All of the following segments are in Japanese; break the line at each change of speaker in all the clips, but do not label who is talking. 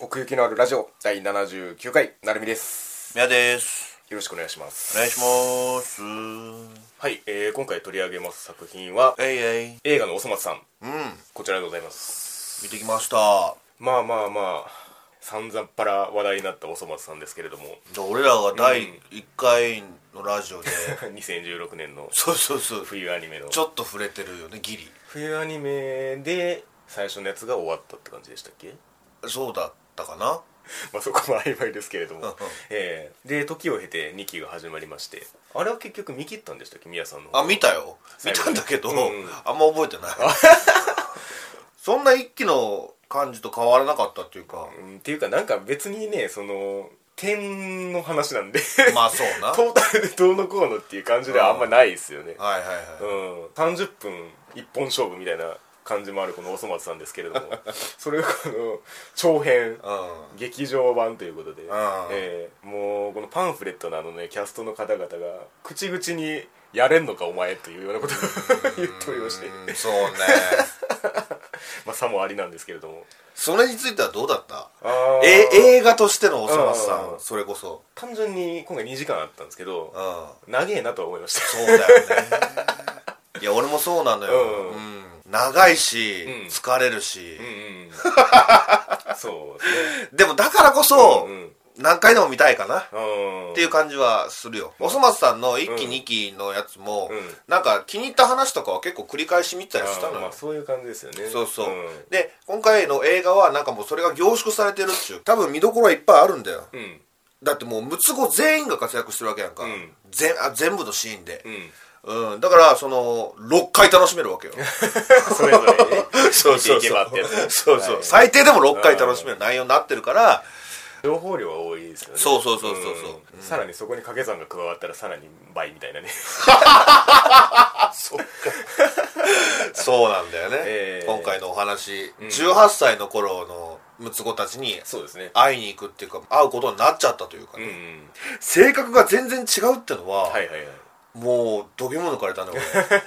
奥行きのあるラジオ第79回なるみです
やです
よろしくお願いします
お願いします
はい、えー今回取り上げます作品は
えいえい
映画のおそ松さん
うん
こちらでございます
見てきました
まあまあまあ散々パラ話題になったおそ松さんですけれども
じゃあ俺らが第1回のラジオで、
2016年の
そうそうそう
冬アニメの
ちょっと触れてるよねギリ
冬アニメで最初のやつが終わったって感じでしたっけ
そうだったかな
まあそこも曖昧ですけれども
うんうん、
えーで時を経て2期が始まりましてあれは結局見切ったんでしたっけ宮さんの方
あ見たよ
最
見
後
たんだけど、
うんうん
あんま覚えてない そんな一期の感じと変わらなかったっていうか
うんっていうかなんか別にねその点の話なんで
まあそう な
トータルでどうのこうのっていう感じではあんまないですよね
はいはいはい、
うん30分一本勝負みたいな感じもあるこのおそ松さんですけ れどもそれがこの長編
うん
劇場版ということで、
あー
ええもうこのパンフレットなどねキャストの方々が口々に「やれんのかお前」というようなことを 言っておりまして
うんそうね
まあさもありなんですけれども
それについてはどう だった
あー
え映画としてのおそ松さ
うん
んそれこそ
単純に今回2時間あったんですけど
うん
長えなとは思いました
そう だよねいや俺もそうなのよ、
う
うん
ん
長いし、
うん
疲れるし
うん、うんうんそうですね
でもだからこそ、
うん
何回でも見たいかなっ
うん
ていう感じはするよおそ松さんの1期
うん
2期のやつも、
うん
なんか気に入った話とかは結構繰り返し見たりしたの
あー
よ、
まあそういう感じですよね
そうそう、
ん
で今回の映画はなんかもうそれが凝縮されてるっちゅう多分見どころはいっぱいあるんだよ
うん
だってもう六つ子全員が活躍してるわけやんか、
ん
全あ全部のシーンで
う、ん
うん、だからその6回楽しめるわけよ
それぞれね
そうそう
見ていけばってやつ
そうそう、
はい
最低でも6回楽しめる内容になってるから、
情報量は多いですよね
そうそうそうそうそ
うんさらにそこに掛け算が加わったらさらに倍みたいなね
そうなんだよね、
ええ
今回のお話、18歳の頃の六つ子たちに
そうですね
会いに行くっていうか会うことになっちゃったというか
う
ね、
んうん
性格が全然違うってのは、
はいはいはい
もうどぎも抜かれたね 俺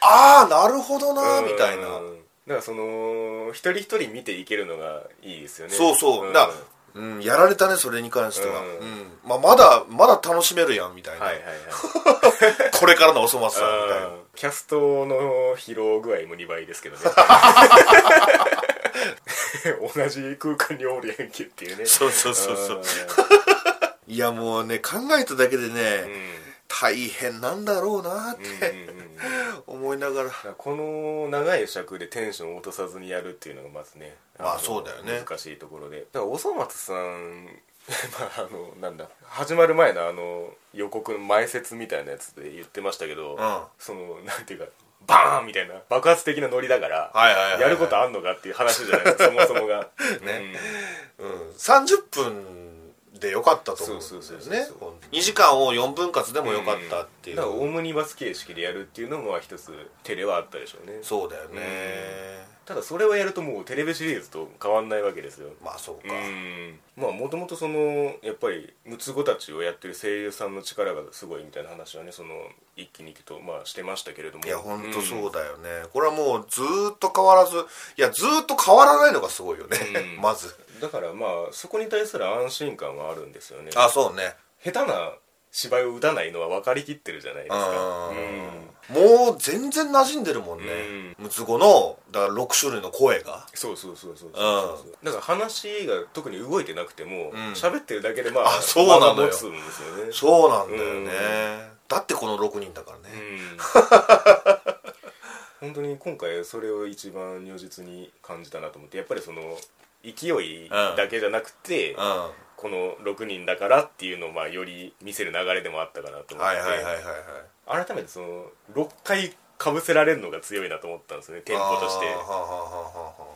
ああなるほどなみたいな
うんだからその一人一人見ていけるのがいいですよね
そうそう、
ん
だうん、やられたねそれに関しては、
う
うんんまあ、まだまだ楽しめるやんみたいな、
はいはいはい
これからのおそ松さんみたいな
うんキャストの疲労具合も2倍ですけどね同じ空間におるやんけっていうね
そうそうそうそういやもうね考えただけでね、
うんうん
大変なんだろうなって
うんうんだか
思いながら
らこの長い尺でテンションを落とさずにやるっていうのがまずね
まあ
の
そうだよね
難しいところでだからおそ松さん まああのなんだ始まる前のあの予告の前説みたいなやつで言ってましたけど、
ん
そのなんていうかバーンみたいな爆発的なノリだから、
はいはいはいはい
やることあんのかっていう話じゃない ですかそもそもが
ねうん30分でよかったと思うん
そうそう
です
そうそう
ね2時間を4分割でもよかったっ
う
てい
ん
う、
だからオムニバス形式でやるっていうのもまあ一つテレはあったでしょうね
そうだよね、
ただそれをやるともうテレビシリーズと変わんないわけですよ
まあそう
う
か、
んまあもともとそのやっぱりムツゴたちをやってる声優さんの力がすごいみたいな話はねその一気にきとまあしてましたけれども
いやほんと
うん
そうだよね、これはもうずーっと変わらずいやずーっと変わらないのがすごいよね、
うん
まず
だからまあそこに対する安心感はあるんですよね
あそうね
下手な芝居を打たないのは分かりきってるじゃないですかうん
うんもう全然馴染んでるもんね六つ子のだから6種類の声が
そうそうそうそうそうそうだから話が特に動いてなくても
ん
喋、ってるだけでまあ
あそうなのよ
間が持つんですよね
そうなんだよね、
うん
だってこの6人だから
う
ね、
ん本当に今回それを一番如実に感じたなと思ってやっぱりその勢いだけじゃなくて、
うん、は
この6人だからっていうのをまあより見せる流れでもあったかなと
い
思っ
はい
て、
はいはいはい
改めてその6回かぶせられるのが強いなと思ったんですねテンポとして
あーはあはあはあは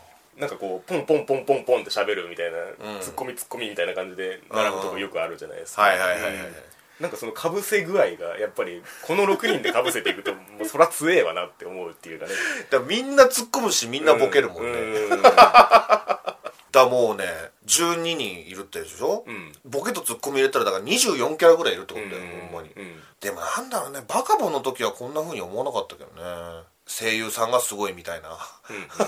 なんかこうポンポンポンポンポンって喋るみたいな、
うん
ツッコミツッコミみたいな感じで並ぶとこよくあるじゃないです
あ
か
はいはいはいはい、
うんなんかそのかぶせ具合がやっぱりこの6人でかぶせていくともうそら強えわなって思うっていうかね
だからみんな突っ込むしみんなボケるもんね、
うんうん
だからもうね12人いるってでしょ、
ん
ボケとツッコミ入れたらだから24キャラぐらいいるってことだよ、
うん
ほんまに、
うん
でもなんだろうねバカボンの時はこんな風に思わなかったけどね声優さんがすごいみたいな
ま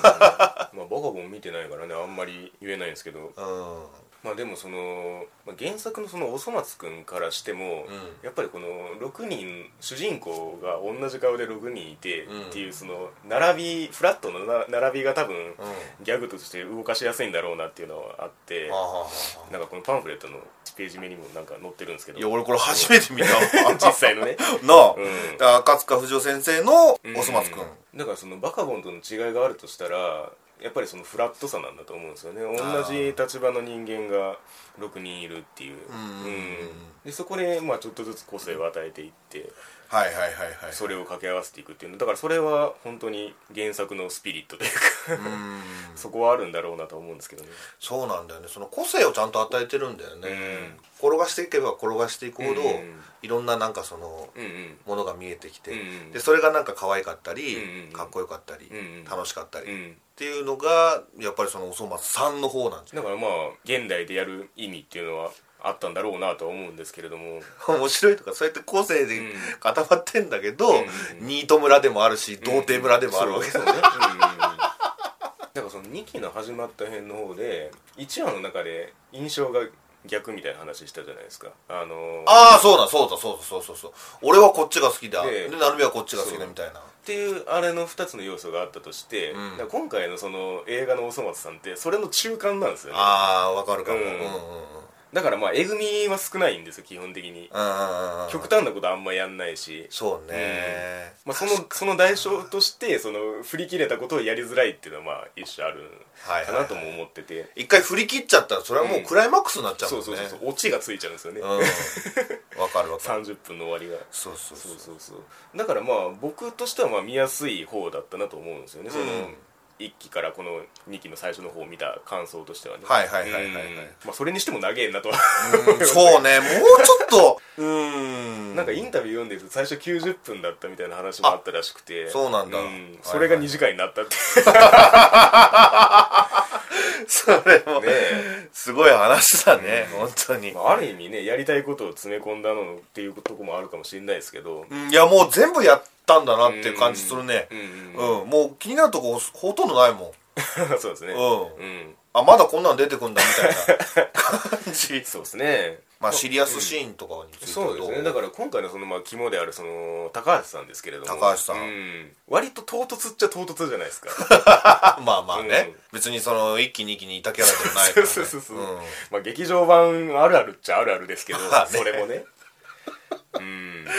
あバカボン見てないからねあんまり言えないんですけど
うん
まあでもその、まあ、原作のそのおそ松くんからしても、
うん
やっぱりこの6人主人公が同じ顔で6人いて
うん
っていうその並びフラットのな並びが多分
うんは
ギャグとして動かしやすいんだろうなっていうのはあって
あはあはあ
なんかこのパンフレットの1ページ目にもなんか載ってるんですけど
いや俺これ初めて見たわ
実際 のね
なあ、
うん
だから赤塚不二夫先生の
うん
おそ松くん、
だからそのバカボンとの違いがあるとしたらやっぱりそのフラットさなんだと思うんですよね同じ立場の人間が6人いるっていう、
んうんうん
でそこでまあちょっとずつ個性を与えていって
はいはいはいはい
それを掛け合わせていくっていうのだからそれは本当に原作のスピリットというか
うん
そこはあるんだろうなと思うんですけどね
そうなんだよねその個性をちゃんと与えてるんだよね、転がしていけば転がしていくほど、
うんうん
いろんななんかその
うん
ものが見えてきて、
うんうん
でそれがなんか可愛かったり、
うんうん
かっこよかったり、
うんうん
楽しかったり、
うんう
っ
ん
ていうのがやっぱりそのおそ松さんの方なんですよ
だからまあ現代でやる意味っていうのはあったんだろうなとは思うんですけれども
面白いとかそうやって個性で
うん
固まってんだけど、
んうん
ニート村でもあるし、童貞村でもあるわけ
そうそうね、うんうんうん、だからその2期の始まった辺の方で1話の中で印象が逆みたいな話したじゃないですかあのー
ああそうだそうだそうだそうそうそう俺はこっちが好きだ
で
でなるみはこっちが好きだみたいな
っていうあれの2つの要素があったとして、
ん
だから今回のその映画のおそ松さんってそれの中間なんですよね
ああわかるかも、
う
うんん、うんうんうん
だからまあえぐみは少ないんですよ基本的に
うんうん
極端なことあんまやんないし、
そうね、
まあ、そのその代償としてその振り切れたことをやりづらいっていうのはまあ一種ある
はい
か
はい
な
は
いとも思ってて、
一回振り切っちゃったらそれはもうクライマックスになっちゃうも
そ
ん
う
ね、
そうそうそうオチがついちゃうんですよね、
うんわかるわかる
30分の終わりが
そうそう
そ
そうう
そうそうだからまあ僕としてはまあ見やすい方だったなと思うんですよね、その
うん
1期からこの2期の最初の方を見た感想としてはね
はいはいはいはいはい
うんまあ、それにしても長えなとは
うんそうねもうちょっ とうーん
なんかインタビュー読んでると最初90分だったみたいな話もあったらしくて
そうなんだ
それが
はいは
2
い
時間になったって
それも
ねえ
すごい話だね、本当 に、
まあある意味ねやりたいことを詰め込んだのっていうとこもあるかもしれないですけど
うんいやもう全部やったんだなっていう感じするね
うん
う
うん
ん、もう気になるとこほとんどないもん
うん そうですね
うん
うん
あまだこんなん出てくんだみたいな感 じ
そうですね
まあシリアスシーンとかについては
そうですねだから今回のそのまあ肝であるその高橋さんですけれども
高橋さん
うん、割と唐突っちゃ唐突じゃないですか
あまあまあね、
うん
別にその一期二期にいたキャラでもないか
そ
ら、
う
ね、
そうそうそう、
ん
まあ劇場版あるあるっちゃあるあるですけど、
まあね
それもねうんね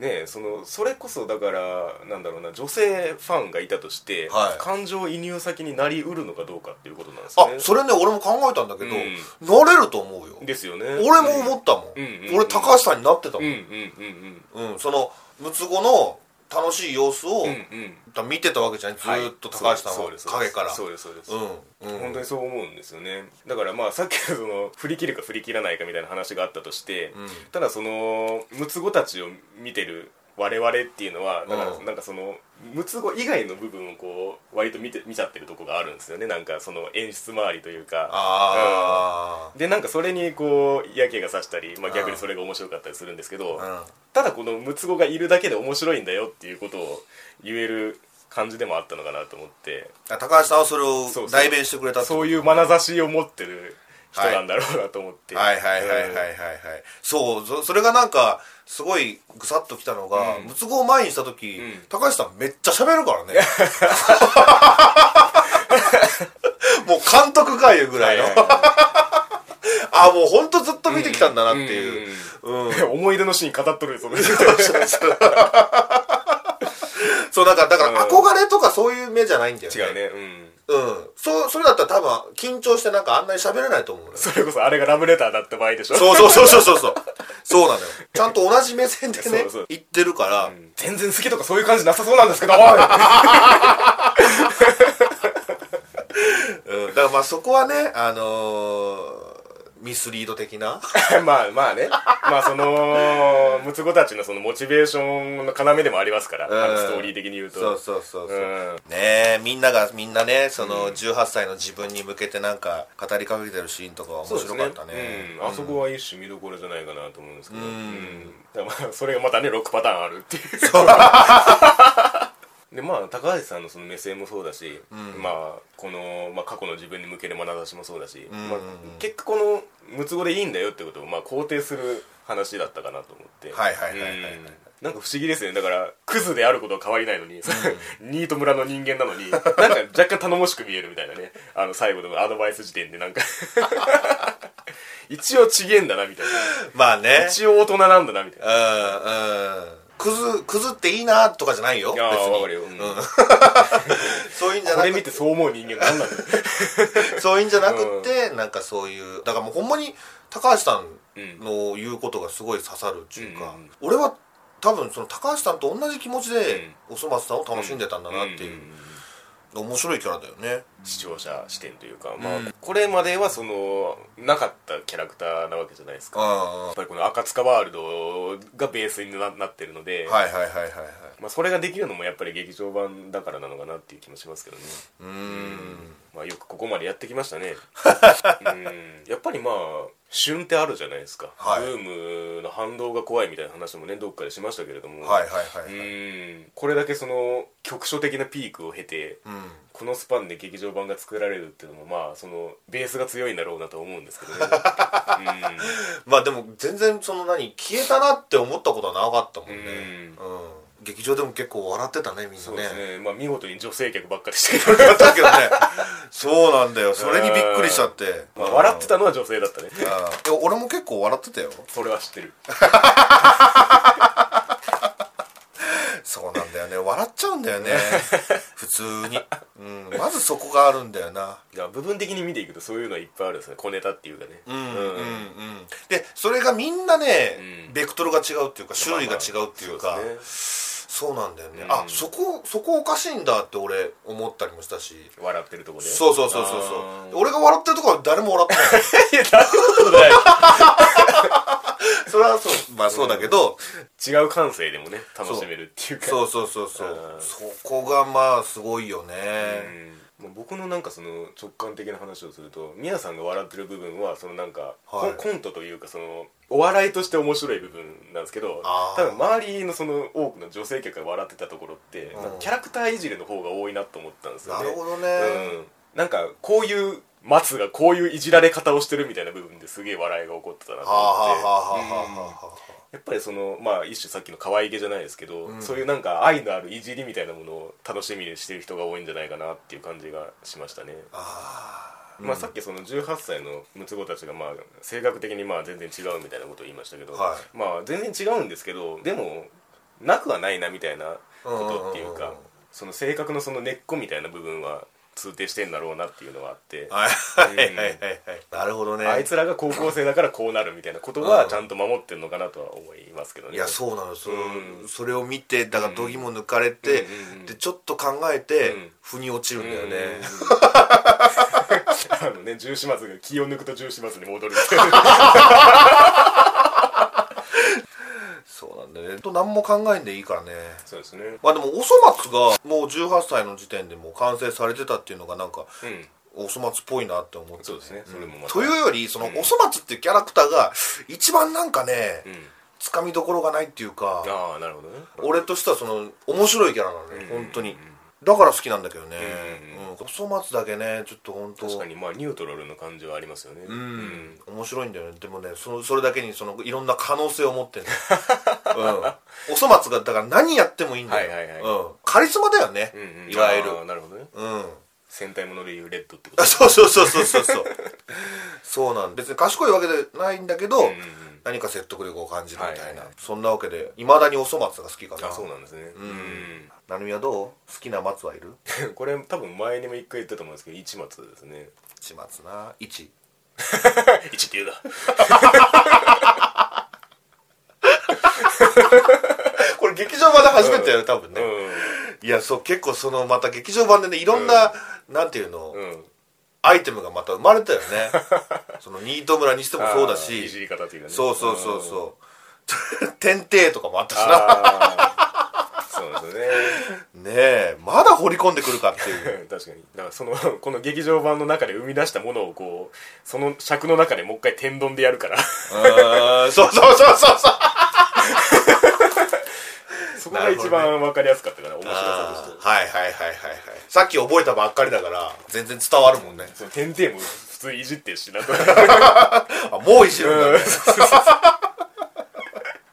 えそのそれこそだからなんだろうな女性ファンがいたとして、
はい
感情移入先になりうるのかどうかっていうことなんです
あ
ね
それね俺も考えたんだけど、
う
なれると思うよ
ですよね
俺も思ったもん、
うんうんうん
俺高橋さんになってたも
うん
ん、
う
うん
う
ん
んうん
その六つ子の楽しい様子を、
うんうん
見てたわけじゃないず
はい
ーっと高橋さん
そう
は
ですそうで
影
す
から
そうですそうです
うん、うん、
本当にそう思うんですよねだからまあさっきのその 振り切るか振り切らないかみたいな話があったとして、
ん
ただそのムツゴたちを見てる我々っていうのはだから
うん
なんかそのムツゴ以外の部分をこう割と見て見ちゃってるとこがあるんですよねなんかその演出周りというか
あ
でなんかそれにこうやけがさしたり、まあ、
うん
逆にそれが面白かったりするんですけど、
あ、うん
ただこのムツゴがいるだけで面白いんだよっていうことを言える感じでもあったのかなと思って
だから高橋さんはそれ
そう
を
そう
代弁してくれたってこと
そういう眼差しを持ってる人なんだろうなと思って、
はいはいはいはいはいはい、そうそそれがなんかすごいぐさっときたのが、
うん
ムツゴを前にした時、
ん
高橋さんめっちゃ喋るからね もう監督かいうぐ
は
ら
い
い
は
の、
いは
あもうほんとずっと見てきたんだなって
い
いう、うん
うん思い出のシーン語っとるよその人
そうなんかだから
うん
憧れとかそういう目じゃないんだよね
違うねうん
うんそうそれだったら多分緊張してなんかあんなに喋れないと思うのよ
それこそあれがラブレターだった場合でしょ
そうそうそうそう そうそうそうなのよちゃんと同じ目線でね
そうそう
言ってるから、
うん全然好きとかそういう感じなさそうなんですけどおい
うん、だからまあそこはね、あのーミスリード的 な
まあまあねまあそのムツゴたちのそのモチベーションの要でもありますから、
ん
あのストーリー的に言うと
そうそうそうそう、
うん
ねえみんながみんなねその18歳の自分に向けてなんか語りかけてるシーンとかは面白かったね
うん、あそこは一種見どころじゃないかなと思うんですけど、うんだからまあそれがまたね6パターンあるっていうでまあ高橋さんのその目線もそうだし、まあこの、まあ、過去の自分に向ける眼差しもそうだし、
んうんうん
まあ、結果この六つ子でいいんだよってことを、まあ、肯定する話だったかなと思って
はいはいはいはいはい
うんなんか不思議ですねだからクズであることは変わりないのに、 ニート村の人間なのになんか若干頼もしく見えるみたいなねあの最後のアドバイス時点で なんか一応ちげえんだなみたい
まあね
な一応大人なんだなみたいな
うんうんクズクズっていいなとかじゃないよ
い
別
やーわか
に
るよ、うん
そういうんじゃ
こ
な
れ
く
見てそう思う人間なんなんだよ
そういうんじゃなくって、なんかそういうだからもうほんまに高橋さんの言うことがすごい刺さるっていうか、
うんうんうん
俺は多分その高橋さんと同じ気持ちで、おそ松さんを楽しんでたんだなっていう、
んんん
面白いキャラだよね
視聴者視点というか、まあ、これまではそのなかったキャラクターなわけじゃないですかや
あ
っぱりこの赤塚ワールドがベースにななってるので、
あはいはいはいはいはい
まあ、それができるのもやっぱり劇場版だからなのかなっていう気もしますけどね、
うーん
まあ、よくここまでやってきました ねうんやっぱりまあ旬ってあるじゃないですか、
はい
ブームの反動が怖いみたいな話もねどっかでしましたけれども、
はいはいはいはい、
うんこれだけその局所的なピークを経て、
うん
このスパンで劇場版が作られるっていうのもまあそのベースが強いんだろうなと思うんですけ どね
まあでも全然その何消えたなって思ったことはなかったもんねうん、劇場でも結構笑ってたねみんなね
そう ですねまあ見事に女性客ばっかりしてる、
だったけどねそうなんだよ それにびっくりしちゃって、
まあ、笑ってたのは女性だったね
うんいや俺も結構笑ってたよ
それは知ってる
そうなんだよね笑っちゃうんだ よね普通に、うん、まずそこがあるんだよない
や部分的に見ていくとそういうのはいっぱいあるんですね小ネタっていうかねう
うん
ん
うんうんでそれがみんなね、
うん
ベクトルが違うっていうか種類が違うっていう
ま
か、
あまあそう
そう
です
なんだよね、
うん
あそこそこおかしいんだって俺思ったりもしたし
ね笑ってるとこで
そうそうそうそう
あ
そう
ー
俺が笑ってるとこは誰も笑って ない
いやなことない
それはそうまあそうだけ ど、
違う感性でもね楽しめるっていうか
そうそうそうそう
うん
そこがまあすごいよね、
まあ僕のなんかその直感的な話をすると宮さんが笑ってる部分はそのなんかコ,、
はい
ントというかそのお笑いとして面白い部分なんですけど
あー
多分周りのその多くの女性客が笑ってたところって、なんかキャラクターいじりの方が多いなと思ったんですよね
なるほどね、
うん、なんかこういう松がこういういじられ方をしてるみたいな部分ですげえ笑いが起こってたな
はあはあはあはあはあは
と思って
あは
やっぱりそのまあ一種さっきの可愛げじゃないですけど、そういうなんか愛のあるいじりみたいなものを楽しみにしてる人が多いんじゃないかなっていう感じがしましたね、
あ
まあさっきその18歳の六つ子たちがまあ性格的にまあ全然違うみたいなことを言いましたけど、
は
まあ全然違うんですけどでもなくはないなみたいなことっていう
うんうんうんうん
かその性格のその根っこみたいな部分は通底してんだろうなっていうのはあって、
はいはいはいはいなるほどね
あいつらが高校生だからこうなるみたいなことはちゃんと守ってるのかなとは思いますけどね
いやそうなのそ,、
う
それを見てだから度肝抜かれて、
うんうんうん
でちょっと考えて、
うん
腑に落ちるんだよね、
うんあのね重始末が気を抜くと重始末に戻るみたいな
そうなんだよねと何も考えんでいいからね
そうですね
まあでもおそ松がもう18歳の時点でもう完成されてたっていうのがなんか
うん
おそ松っぽいなって思って、
そうですねそれもまた
というよりそのおそ松っていうキャラクターが一番なんかね、
うん
つかみどころがないっていうか
ああなるほどね
俺としてはその面白いキャラなのね、
うん
本当にだから好きなんだけどね、
う
うん細松だけねちょっと本当
確かにまあニュートラルの感じはありますよねう
うん、面白いんだよねでもねそのそれだけにそのいろんな可能性を持ってる、 うん、おそ松がだから何やってもいいんだよ、
はいはい
うん、カリスマだよね、
うんうん
いわゆる
ああなるほどね
うん
戦隊ものでいうレッドってこと
あそうそうそうそうそう そうそうなん別に賢いわけではないんだけど、
うんうん
何か説得力を感じるみたいな、
はいはいはい
そんなわけでいまだにおそ松が好きかな
あそうなんですねうん
なるみはどう好きな松はいる
これ多分前にも一回言ったと思うんですけど一松ですね
一松な一
一って言うな
これ劇場版で初めてやる多分ね、
う
いやそう結構そのまた劇場版でねいろんな、なんていうの、
んうん
アイテムがまた生まれたよね そのニート村にしてもそうだ
ああいじ
し
り方っていうかね
そうそうそう
うん
そう「天帝」とかもあったしな
ああそうですね
ねえまだ掘り込んでくるかっていう
うん 確かにだからそのこの劇場版の中で生み出したものをこうその尺の中でもう一回天丼でやるから
うーんそうそうそうそうそう
そそこが一番分かりやすかったから面白さと
あ
して
ーはいはいはいはいはいさっき覚えたばっかりだから全然伝わるもんね
その点々も普通いじってるしなとか
あもういじるんだね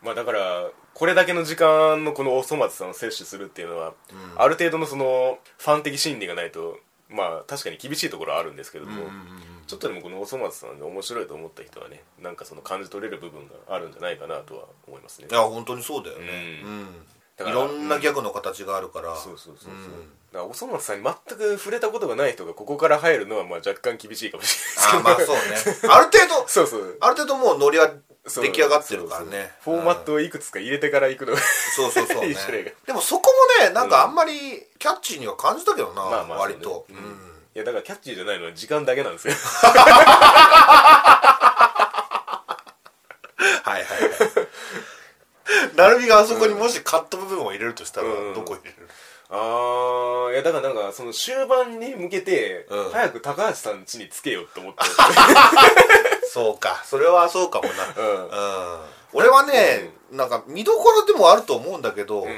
まあだからこれだけの時間のこのおそ松さんを摂取するっていうのは、ある程度のそのファン的心理がないとまあ確かに厳しいところはあるんですけども、ちょっとでもこのおそ松さんで面白いと思った人はねなんかその感じ取れる部分があるんじゃないかなとは思いますね
いや本当にそうだよね
う
う
だか
んい
ら
ろんなギャグの形があるから
そうそうそうそう、だからおそ松さんに全く触れたことがない人がここから入るのはまあ若干厳しいかもし
あ
れ
ー
な
ま
い
あ
で
そう
すけど、
ね ある程 度
そうそう
ある程度もうノリは
そう
出来上がってるからね
そうそうフォーマットをいくつか入れてから 行くのが
そうそうそうね
一緒だよ
でもそこもねなんかあんまりキャッチーには感じたけどな
まあまあ
割と
そううね
ん
いやだからキャッチーじゃないのは時間だけなん ですよ
はいはいはいなるみがあそこにもしカット部分を入れるとしたら
うん
どこ入れる
ああいやだからなんかその終盤に向けて、
うん
早く高橋さん家につけようと思って
そうかそれはそうかもな
うん
うん俺はねなんか見どころでもあると思 うんだけど
ん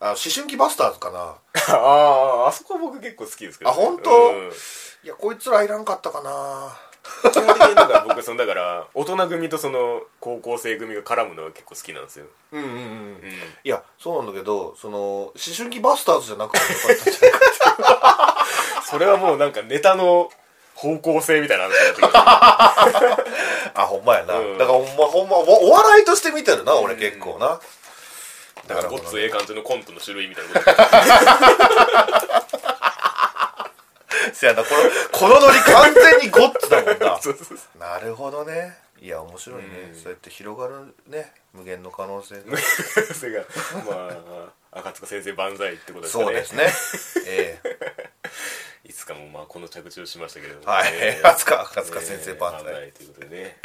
あ思春期バスターズかな
あああそこは僕結構好きですけど、
あ本当
うん
いやこいつらいらんかったかな
基本的にだから僕そのだから大人組とその高校生組が絡むのは結構好きなんですよ、
うんうんうん
うん、
いやそうなんだけどその思春期バスターズじゃなくてもよかったんじゃないか
それはもうなんかネタの方向性みたいな話になってく る
あ ほんまやな、
うん
だからほんまほんまおお笑いとして見てるな俺結構な、
だからごっつええ感じのコントの種類みたいなこと
せやなこのこのノリ完全にゴッツだもん な
そうそうそ
なるほどねいや面白いね、
うん
そうやって広がるね無限の可能性が
う それがまあ赤塚先生万歳ってことですかね
そうですね ええ
いつかもまあこの着地をしましたけれども、
はい
えー
赤塚 赤塚先生万歳
えーということでね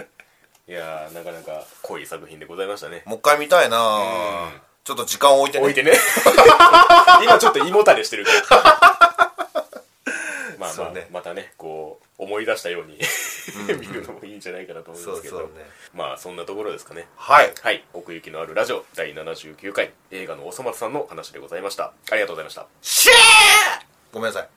いやーなかなか濃い作品でございましたね
もう一回見たいなあ、ちょっと時間を置いてね
置いてね 今ちょっと胃もたれして るからまあま
そ
あ、
うね
またねこう思い出したように 見るのもいいんじゃないかなと思いま
そ
す
う
け
そ
ど
うね
まあそんなところですかね
はい
はい奥行きのあるラジオ第79回映画のおそ松さんの話でございましたありがとうございました
シェーごめんなさい